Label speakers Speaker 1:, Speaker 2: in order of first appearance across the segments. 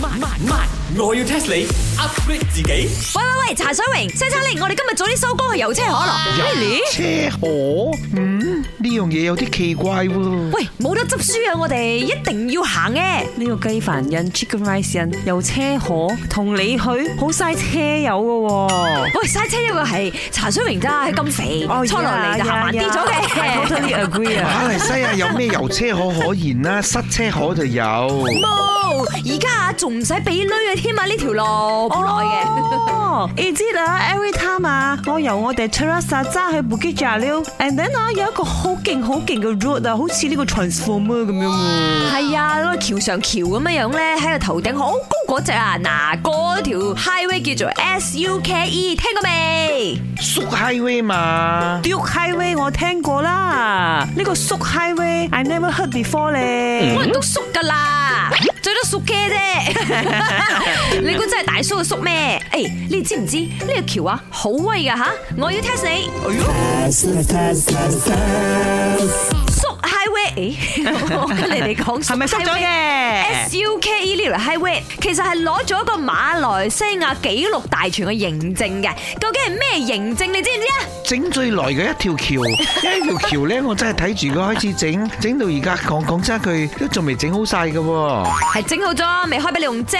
Speaker 1: 慢慢慢，我要 test 你 upgrade 自己。
Speaker 2: 喂喂喂，茶水榮、西餐令，我哋今日早啲收工去油車可樂。Really？
Speaker 3: 車河，嗯，呢樣嘢有啲奇怪喎。
Speaker 2: 喂，冇得執輸啊！我哋一定要行嘅。
Speaker 4: 呢個雞飯印 chicken rice 印有車河，同你去好嘥車油噶喎。
Speaker 2: 喂，嘥車呢個係茶水榮咋，咁肥，
Speaker 4: 哦
Speaker 2: 初落嚟就行慢啲咗
Speaker 4: I
Speaker 2: 嘅。
Speaker 4: totally agree 啊！
Speaker 3: 馬來西亞有咩油車河可言啦？塞車河就有。
Speaker 2: 冇，而家啊仲唔使俾女嘅添啊！呢條路冇耐嘅。
Speaker 4: 哦，你知啦，every time 啊，我由我哋 Terasa 揸去 Bukit Jalil，and then 啊有一個好勁好勁嘅 road 啊，好似呢個 transformer 咁樣喎。
Speaker 2: 係啊，嗰個橋上橋咁樣樣咧，喺個頭頂好高嗰只啊！嗱，嗰條 highway 叫做 SUKE，聽過未？
Speaker 3: 縮 highway 嘛。
Speaker 4: Duke Highway 我聽過啦，呢個縮 Highway I never heard before 咧。
Speaker 2: 我人都縮噶啦，最多縮嘅 啫。你估真係大叔嘅縮咩？誒，你知唔知呢個橋啊好威噶吓？我要 test 你。縮 highway，誒 我跟你哋講，
Speaker 4: 係咪縮咗嘅？
Speaker 2: S U K E 呢條 highway 其實係攞咗一個馬來西亞紀錄大全嘅認證嘅，究竟係咩認證？你知唔知啊？
Speaker 3: 整最耐嘅一條橋，一條橋咧，我真係睇住佢開始整，整到而家講講真一句，都仲未整好晒嘅喎。
Speaker 2: 係整好咗，未開俾你用啫。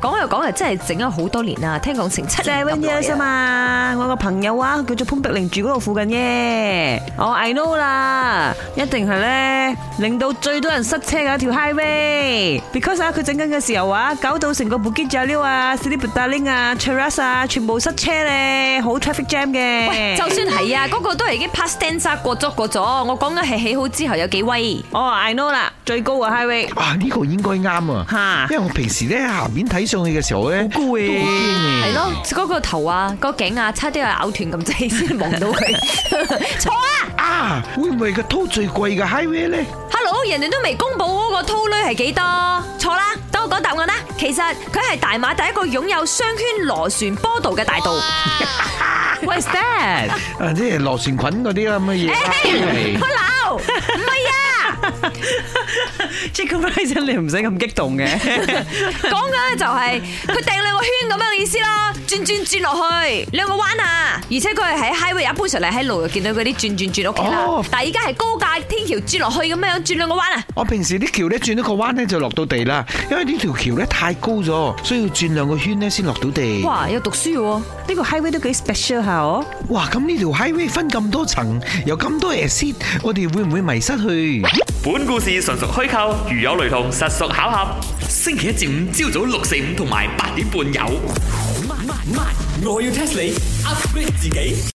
Speaker 2: 講又講又真係整咗好多年啦，聽講成七年咁
Speaker 4: Seven
Speaker 2: 耐啊
Speaker 4: years 啊嘛，我個朋友啊，佢叫做潘碧玲，住嗰度附近嘅。我 I know 啦，一定係咧令到最多人塞車嘅一條 highway。Because 啊，佢整緊嘅時候啊，搞到成個 Bukit Jalil 啊、Seri Petaling 啊、Cheras 啊，全部塞車咧，好 traffic jam 嘅。
Speaker 2: 就算係啊，嗰、個都係已經 past tense 啊過咗過咗。我講緊係起好之後有幾威。
Speaker 4: 哦，I know 啦，最高嘅 highway。
Speaker 3: 啊，呢個應該啱啊
Speaker 4: 嚇，
Speaker 3: 因為我平時咧下面睇上去嘅時候咧，
Speaker 4: 高嘅
Speaker 3: 都好
Speaker 4: 嗯
Speaker 3: 驚
Speaker 2: 係
Speaker 3: 嘅。
Speaker 2: 咯，嗰、個頭啊，個頸啊，差啲係咬斷咁滯先望到 佢。錯啊
Speaker 3: 啊，會唔會個套最貴嘅 highway 咧？
Speaker 2: ！Hello，人哋都未公布嗰個 t o 係幾多？錯啦，等我講答案啦。其實佢係大馬第一個擁有雙圈螺旋波道嘅大道。
Speaker 4: What's that？
Speaker 3: 啊，即係螺旋菌嗰啲咁嘅嘢啦
Speaker 2: 誒，
Speaker 3: 係
Speaker 2: 我鬧，唔係啊！
Speaker 4: Jacob Rice，你唔使咁激動嘅。
Speaker 2: 講緊咧就係佢掟兩個圈咁樣嘅意思啦，轉轉轉落去，你有冇玩啊？而且佢係喺 highway 一般上嚟喺路就見到嗰啲轉轉轉屋企啦
Speaker 3: 哦，
Speaker 2: 但係而家係高架天橋轉落去咁樣轉兩個彎啊！
Speaker 3: 我平時啲橋咧轉一個彎咧就落到地啦，因為呢條橋咧太高咗，需要轉兩個圈咧先落到地。
Speaker 2: 哇，有讀書喎！
Speaker 4: 呢個 highway 都幾 special 下哦。
Speaker 3: 哇！咁呢條 highway 分咁多層，有咁多 exit，我哋會唔會迷失去？
Speaker 5: 本故事純屬虛構，如有雷同，實屬巧合。
Speaker 1: 星期一至五朝早六四五同埋八點半有。慢慢慢，我要 test 你 upgrade 自己。